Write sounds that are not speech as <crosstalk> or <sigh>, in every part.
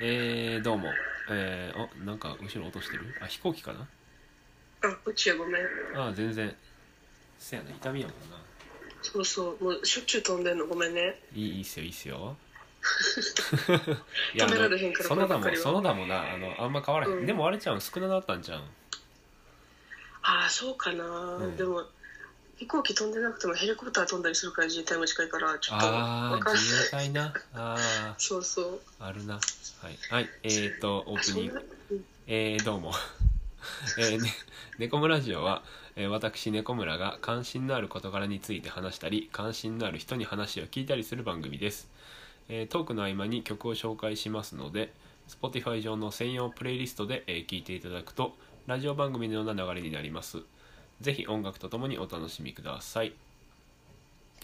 えー、どうも。えー、あ、なんか後ろ落としてるあ、飛行機かなあ宇宙ごめんあー、全然。せやな、痛みやもんな。そうそうもうしょっちゅう飛んでんのごめんねいい、いいっすよ、いいっすよ。 <laughs> い <laughs> 止められへんからそのだこもればっかり、はそのだもな、あの、あんま変わらへん。うんでもあれちゃん、少ななったんじゃん。ああそうかな、んでも飛行機飛んでなくてもヘリコプター飛んだりするから自衛隊も近いからちょっとあー、わかんない自衛隊な。あそうそうー、あるな。はい。はい、えーと、オーあプそニんングな。うんえー、どうも。 <laughs> えーね、猫村ラジオは、えー私猫村が関心のある事柄について話したり関心のある人に話を聞いたりする番組です、えートークの合間に曲を紹介しますので Spotify 上の専用プレイリストで、えー聞いていただくとラジオ番組のような流れになりますぜひ音楽とともにお楽しみください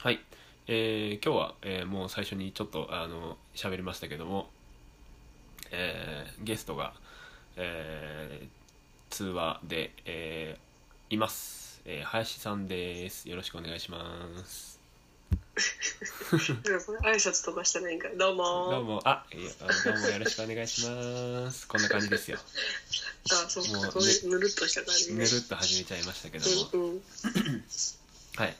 はい、えー今日は、えーもう最初にちょっとあの喋りましたけども、えーゲストがえー通話で、えーいます、えー林さんですよろしくお願いしますなんかこれ挨拶飛ばしてないんかどうもどうもあいやあどうもよろしくお願いしますこんな感じですよあそうもうかこういうぬるっとした感じぬねるっと始めちゃいましたけどもうんうんはい。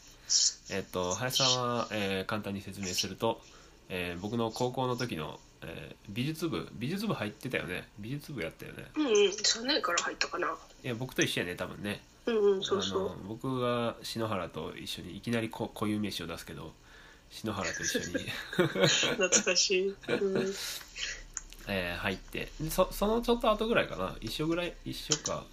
えっと、林さんは、えー簡単に説明すると、えー僕の高校の時の、えー美術部、美術部入ってたよね。美術部やったよね。うんうん3年から入ったかないや、僕と一緒やね、多分ね。うんうんそうそうあの僕が篠原と一緒にいきなりこ <laughs> 固有名詞を出すけど、篠原と一緒に、 <laughs> 懐かしい、うん、えー入ってでそ、そのちょっと後ぐらいかな。一緒ぐらい、一緒か。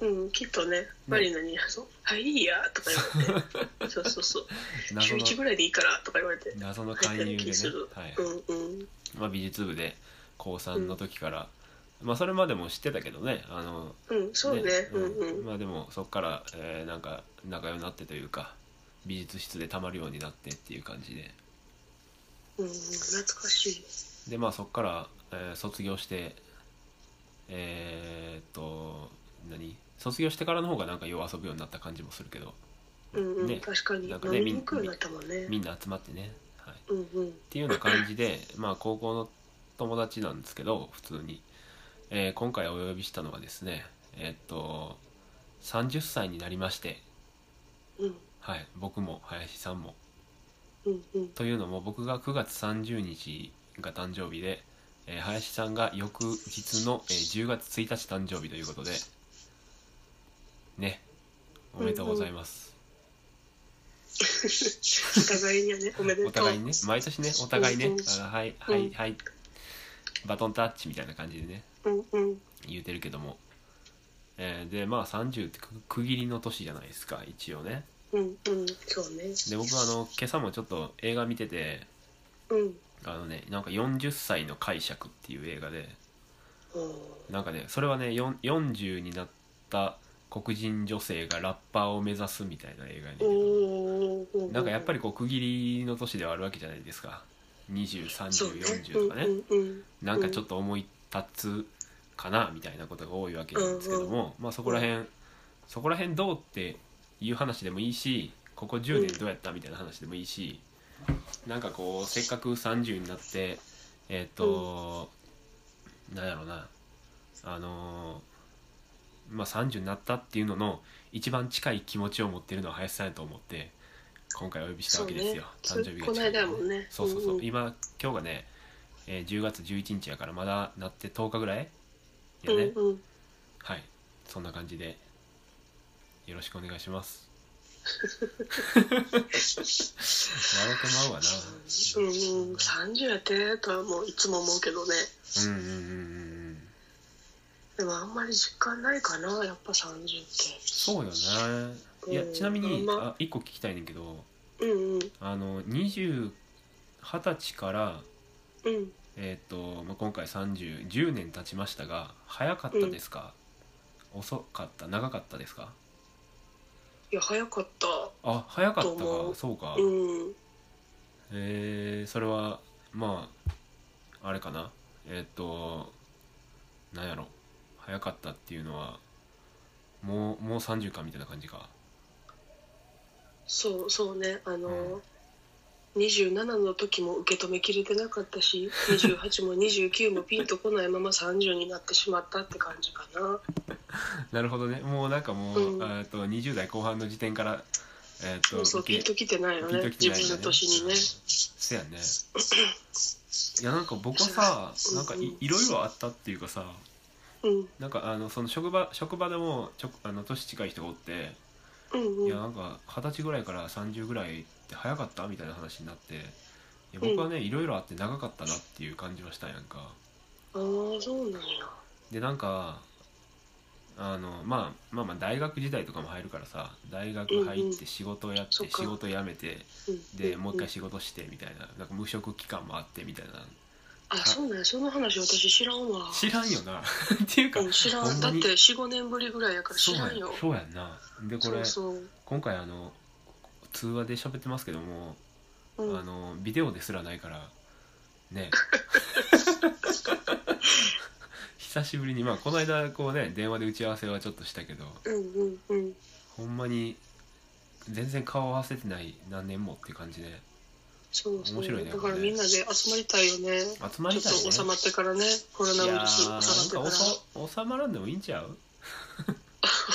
うん、きっとね、マリナに、そうはい、いいやとか言わ <laughs> れて、そうそうそう、謎週の1、ぐらいでいいからとか言われて、謎の入勧誘ったでねような <laughs> 気する。。はい。うんうん、まあ、美術部で、高3の時から、まあ、それまでも知ってたけどね、あの、うん、そうね、うんうん、まあでもそこから、えーなんか仲良くなってというか美術室でたまるようになってっていう感じでうん、懐かしい。でまあそこから、えー卒業してえーっと何卒業してからの方がなんか夜遊ぶようになった感じもするけどうんうん、ね確かに、なんかね飲みに行くようになったもんね。みんな集まってね、はい、っうんうん、ていうような感じで <laughs> まあ高校の友達なんですけど普通に、えー今回お呼びしたのはですねえーっと30歳になりましてうんはい僕も林さんもうんうん、というのも僕が9月30日が誕生日で、えー林さんが翌日の、えー10月1日誕生日ということでねおめでとうございます、お互いに <laughs> はね、おめでとう。お互いにね毎年ねお互いね、うんうんあはいはい、うんはいバトンタッチみたいな感じでねうんうん、言うてるけども、えーでまあ30って区区切りの年じゃないですか一応ねうんうん、そうね。で僕はあの今朝もちょっと映画見ててうん、あのねなんか40歳の解釈っていう映画でうんなんかねそれはねよん40になった黒人女性がラッパーを目指すみたいな映画におーなんかやっぱり、こう区切りの年ではあるわけじゃないですかそうね2030とかねうんうんなんかちょっと思い立つかなみたいなことが多いわけなんですけども、まあ、そこら辺そこら辺どうっていう話でもいいしここ10年どうやったみたいな話でもいいしなんかこうせっかく30になってえっ、と、なんやろうなあのーまあ30になったっていうのの一番近い気持ちを持ってるのは林さんやと思って今回お呼びしたわけですよ、そう誕生日ねがこの近いから間やもんねそうそうそう、うんうん今今日がね、えー10月11日やからまだなって10日ぐらいやね、うんうん、はいそんな感じでよろしくお願いします <laughs> 笑うてまうわうんうん、30やってとはもういつも思うけどねなうんうんうんうんうんでもあんまり実感ないかなやっぱ30っそうよねいやうんちなみに、ほんまあ1個聞きたいねんけどてうんうんあの20 20歳からうんえーっとまあ今回3010年経ちましたが早かったですか、遅かった長かったですかいや早かったあ早かったかと思うそうか、うんえーそれはまああれかなえーっとなんやろ早かったっていうのはもうもう30かみたいな感じかそうそうねあの、うん27の時も受け止めきれてなかったし28も29もピンとこないまま30になってしまったって感じかななるほどねもうなんかもう、うんえっと20代後半の時点からえっ、そうとそうピンときてないよねピンときて自ないよね分の年にねせやねいやなんか僕はさなんかいいろいろあったっていうかさうんなんかあのその職場職場でもちょあの年近い人がおって、うんいうやんなんか二十歳ぐらいから30ぐらいって早かったみたいな話になっていや僕はね、いろいろあって長かったなっていう感じはしたんやんかああそうなんやでなんかあの、まあ、まあまあ大学時代とかも入るからさ大学うん入うっんて仕事やって、そっか仕事辞めてうんでもう一ん回仕事してみたいななんか無職期間もあってみたいなあそうなんやその話私知らんわ知らんよな <laughs> っていうかうん知らほんんまだっにて45年ぶりぐらいやからそ知うやらんんよそうやんなでこそれうそう今回あの通話で喋ってますけども、うんあのビデオですらないから <laughs> ね久しぶりにまあこの間こうね電話で打ち合わせはちょっとしたけどうんうんうんほんまに全然顔合わせてない何年もって感じでそうそ面白いうねだからこれねみんなで集まりたいよね集まりたいちょっねと収まってからねコロいナウイやルスー収まなっんてからかおさ収まらんでもいいんちゃう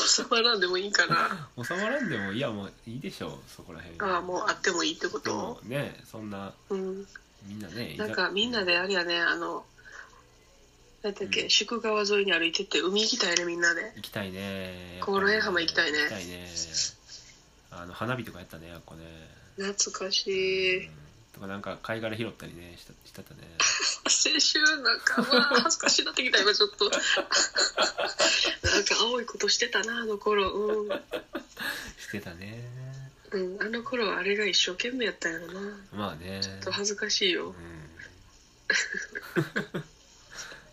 収まらんでもいいかな収まらんでもいやもういいでしょうそこら辺ああもうあってもいいってこでともねそんなうんみんなねなんかみんなであれやねあのなんだっけ、宿川沿いに歩いてって海行きたいねみんなで行きたいねコーロエ浜行きたいね行きたいねあの花火とかやったねあっこね懐かしういんとかなんか貝殻拾ったりねしたしたったね青春なんかまあ <laughs> 恥ずかしいなってきた今ちょっと <laughs> なんか青いことしてたなあの頃うん、してたねうん、あの頃はあれが一生懸命やったんやろなまあねちょっと恥ずかしいうんよ <laughs>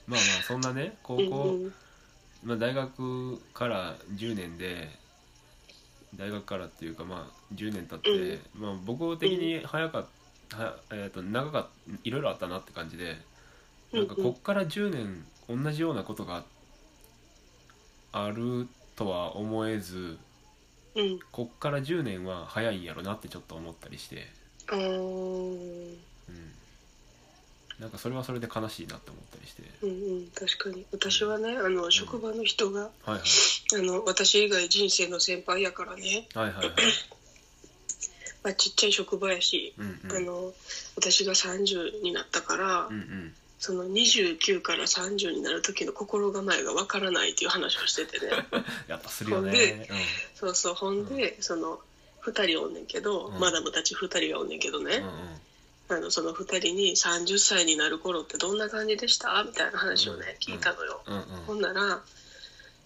まあまあそんなね高うん校、うんまあ、大学から10年で大学からっていうかまあ10年経って、まあ、僕的に早かった、はえー、と長かったいろいろあったなって感じでなんかうんこうんっから10年同じようなことがあるとは思えずうんこっから10年は早いんやろなってちょっと思ったりして、あーうん、なんかそれはそれで悲しいなって思ったりしてうんうん確かに私はねあの職場の人がはいはいあの私以外人生の先輩やからね、はいはいはいまあ、ちっちゃい職場やし、うんうんあの私が30になったから、うんうんその29から30になる時の心構えがわからないっていう話をして <laughs> てねやっぱするよねほんでうんそうそうほんで、その2人おんねんけど、うんマダムたち2人がおんねんけどねうん、うんあのその2人に「30歳になる頃ってどんな感じでした?」みたいな話をねうん聞いたのよ。うんうんほんなら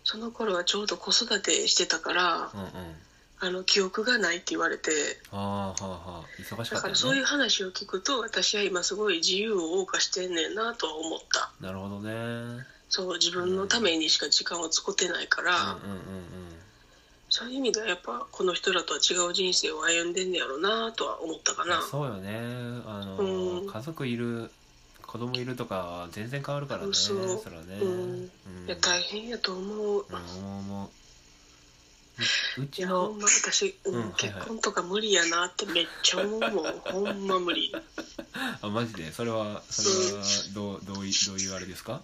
その頃はちょうど子育てしてたからうんうんあの記憶がないって言われてああはあはあ忙しかだっかたらそうよいねう話を聞くと私は今すごい自由を謳歌してんねんなとは思ったなるほどねうんそう自分のためにしか時間を使ってないから、うんうんうんそういう意味ではやっぱこの人らとは違う人生を歩んでんねやろなとは思ったかなそうよねあの、うん家族いる子供いるとかは全然変わるからねそそうそうれはね、うんうんいや大変やと思う、うん思う思ううういちやほのんま私、うんうんはいはい結婚とか無理やなってめっちゃ思うもんほんま無理あマジでそれはそれはどうどういどういうあれですか、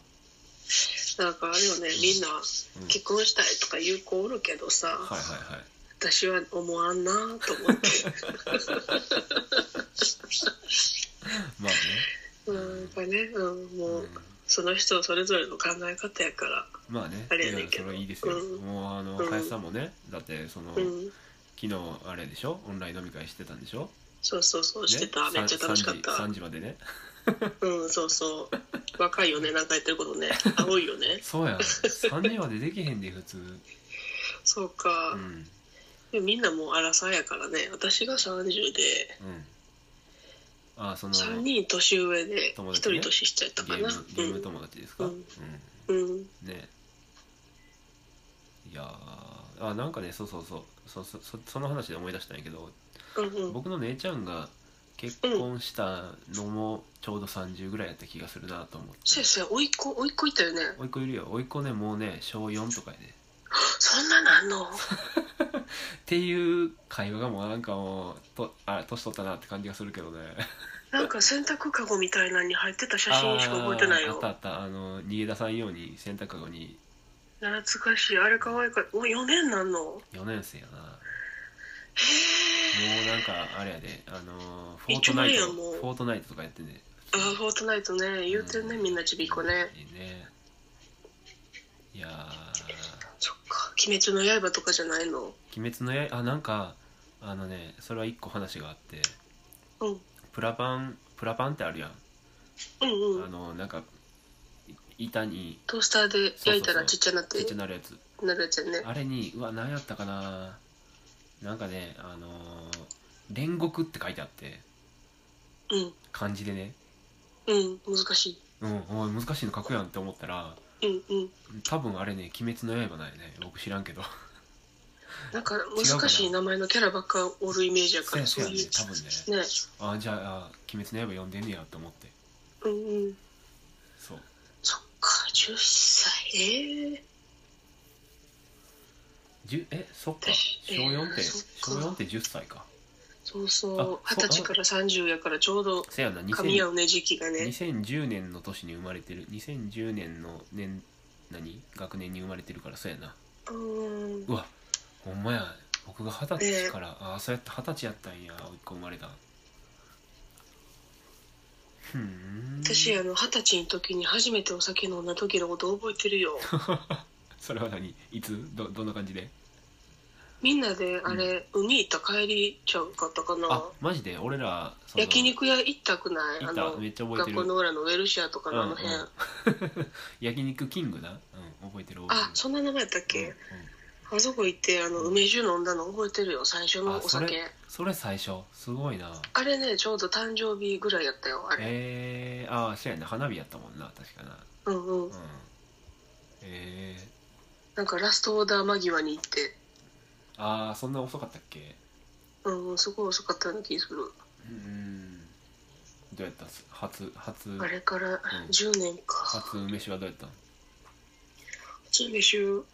なんかあれよねみんなうん、はい結婚したいとか言う子おるけどさ、はいはい私は思わんなと思 <laughs> って、まあねうん、やっぱね、うん、もう、うんその人それぞれの考え方やからまあねあれやねんいやけそれどはいいですよ、うんもうあのうん林さんもねだってその、うん昨日あれでしょオンライン飲み会してたんでしょそうそうそうしてた、めっちゃ楽しかっ3時た3時までねうんそうそう若いよねなんかやってることね青いよね <laughs> そうやん3時までできへんで普通そうかう、んでみんなもう荒さやからね私が30でうんあその3人年上で友1達ね人年下やったゲかームなゲーム友達ですか、ううんんうんねいやーあなんかねそうそうそうそそそその話で思い出したんやけど、うんうん僕の姉ちゃんが結婚したのもちょうど30ぐらいやった気がするなと思って、そうやそうや甥いっ子甥いっ子いたよね甥っ子いるよ甥っ子ねもうね小4とかやねそんななんのっていう会話がもうなんかもうとあ年取ったなって感じがするけどねなんか洗濯かごみたいなのに入ってた写真しか覚えてないあーあよったあったあの逃げ出さんように洗濯かごに懐かしいあれ可愛いからもう4年なんの4年生やなもへうえなんかあれやであのフォー一ト応ナあイれやトんもうフォートナイトとかやってんであーフォートナイトね言うてんねみんなちびっこねいいねいやーそっか「鬼滅の刃」とかじゃないの鬼滅の刃あなんかあのねそれは一個話があってうんうんプラパンプラパンってあるやんうあんのなんかい板にトースターで焼いたらちっちゃなっちてっちゃなるやつなるやつやねあれにうわ何やったかななんかねあのー煉獄って書いてあってうん漢字でねうん難しうんおい難しいの書くやんって思ったらいうんうん多分あれね「鬼滅の刃」なんよね僕知らんけどなんか難しい名前のキャラばっかおるイメージやそかうらやそそううやねいう多分ねねあじゃああ「鬼滅の刃」読んでんねやと思ってうんうんそうそっか10歳ええじゅえそっか私小4ってえーそっか小4って10歳かそうそうあ二十歳から30やからちょうどせやな噛み2000合うね時期がね2010年の年に生まれてる2010年の年何学年に生まれてるからそうやなうんうわほんまや僕が二十歳から、ああそうやって二十歳やったんや甥っ子生まれたふーん私あの二十歳の時に初めてお酒飲んだ時のこと覚えて <laughs> るよそれは何いつどどんな感じでみんなであれ、海行った帰りちゃうかったかなあマジで俺らその焼肉屋行ったくない行あっのためっちゃ覚えて学る校の裏のウェルシアとかのあの辺、うんうん <laughs> 焼肉キングな、うん、覚えてる覚えてるあそんな名前やったっうんけうん、あそこ行ってあの梅酒飲んだの覚えてるよ最初のあおそれ酒あそれ最初すごいなれねちょうど誕生日ぐらいやったよあれ、えー、ああそうやな花火やったもんな確かなうんううんんえー、なんかラストオーダー間際に行ってああそんな遅かったっけうんうんすごい遅かったような気するうんどうやった初初あれから10年か初梅酒はどうやったん普通梅酒ロ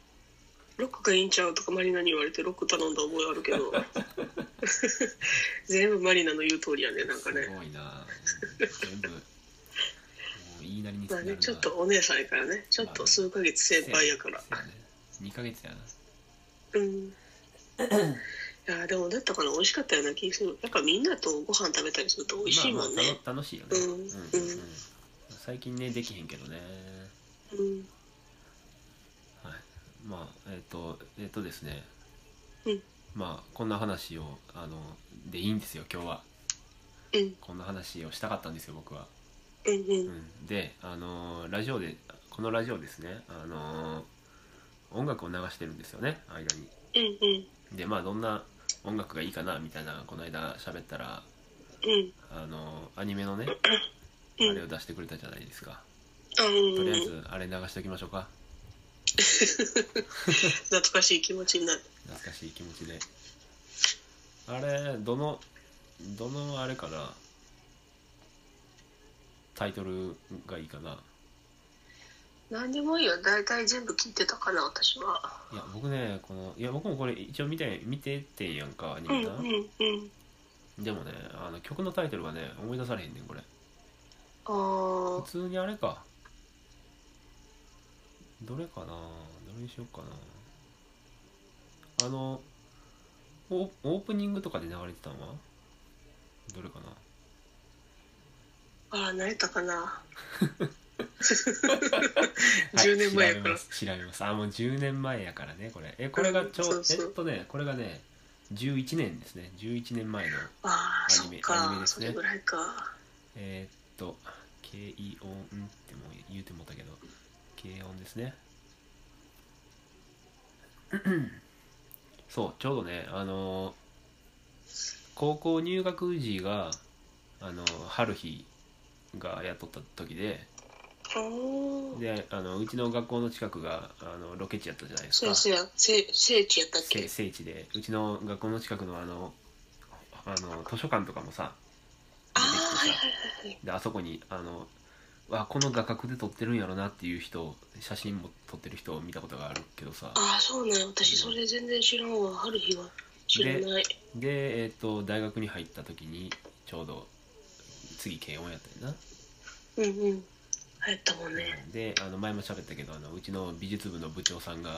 ックがいいんちゃうとかマリナに言われてロック頼んだ覚えあるけど全部マリナの言う通りやねなんかねすごいなうん全部もう言いなりにまあね、ちょっとっお姉さんやからねちょっと数ヶ月先輩やから2ヶ月やなうんいやでもだったかな美味しかったような気するやっぱみんなとご飯食べたりすると美味しいもんね、まあまあ、楽楽しいよねうんうんうんうん最近ねできへんけどねうんはいまあえっ、とえっ、とですねうんまあこんな話をあのでいいんですよ今日はうんこんな話をしたかったんですよ僕はうんううんん、であのーラジオでこのラジオですねあのー音楽を流してるんですよね間にうんうんでまあどんな音楽がいいかなみたいなこの間喋ったらうんあのーアニメのねあうんれを出してくれたじゃないですかあうんとりあえうんずあれ流しておきましょうか懐かしい気持ちになる懐かしい気持ちであれどのどのあれかなタイトルがいいかな何でもいいよ大体全部聞いてたかな私はいや僕ねこのいや僕もこれ一応見て見ててんやんかアニうんメうんな、うんでもねあの曲のタイトルがね思い出されへんねんこれあー普通にあれかどれかなどれにしようかなあのオオープニングとかで流れてたんはどれかなあー慣れた <laughs> かな10年前やからはい、調べます調べますあもう10年前やからねこれえこれがちょ、うんそうそうえっとねこれがね11年ですね11年前のああアそニっメアニメか、ですそねれぐらいかえーっと軽音ってもう言うてもったけど軽音ですねそうちょうどねあのー高校入学時があのー春日がやっとった時でおーであのうちの学校の近くがあのロケ地やったじゃないですそかうやそうやせ聖地やったっせけ聖地でうちの学校の近くのあのあの図書館とかもさああ出てきてさはいはいはいはいであそこにあのわこの画角で撮ってるんやろなっていう人を写真も撮ってる人を見たことがあるけどさああそうね私それ全然知らんわ春日は知らないで、えっと大学に入った時にちょうど次軽音やったよなうんうん流行ったもんねであの前も喋ったけどあのうちの美術部の部長さんが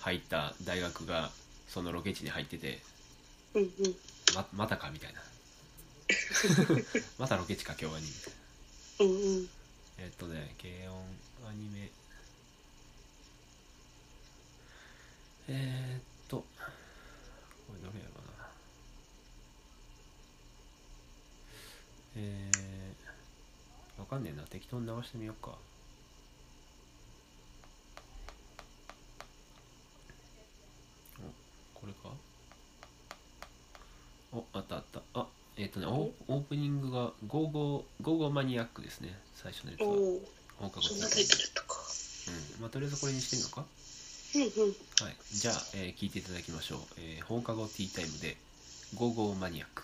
入った大学がそのロケ地に入っててうんうんままたかみたいな <laughs> またロケ地か今日はにうんうんえっとね軽音アニメえー、っとこれどれやろうなえー、わかんねえな適当に流してみようかおこれかおあったあったあえーっ、とねオーオープニングが「ゴーゴーゴーゴーマニアック」ですね最初のやつおは。おー放課後そんなタ休イ憩トルとかうんまあ、とりあえずこれにしてみようか、うんうんはい、じゃあ、えー聞いていただきましょう、えー放課後ティータイムで「ゴーゴーマニアック」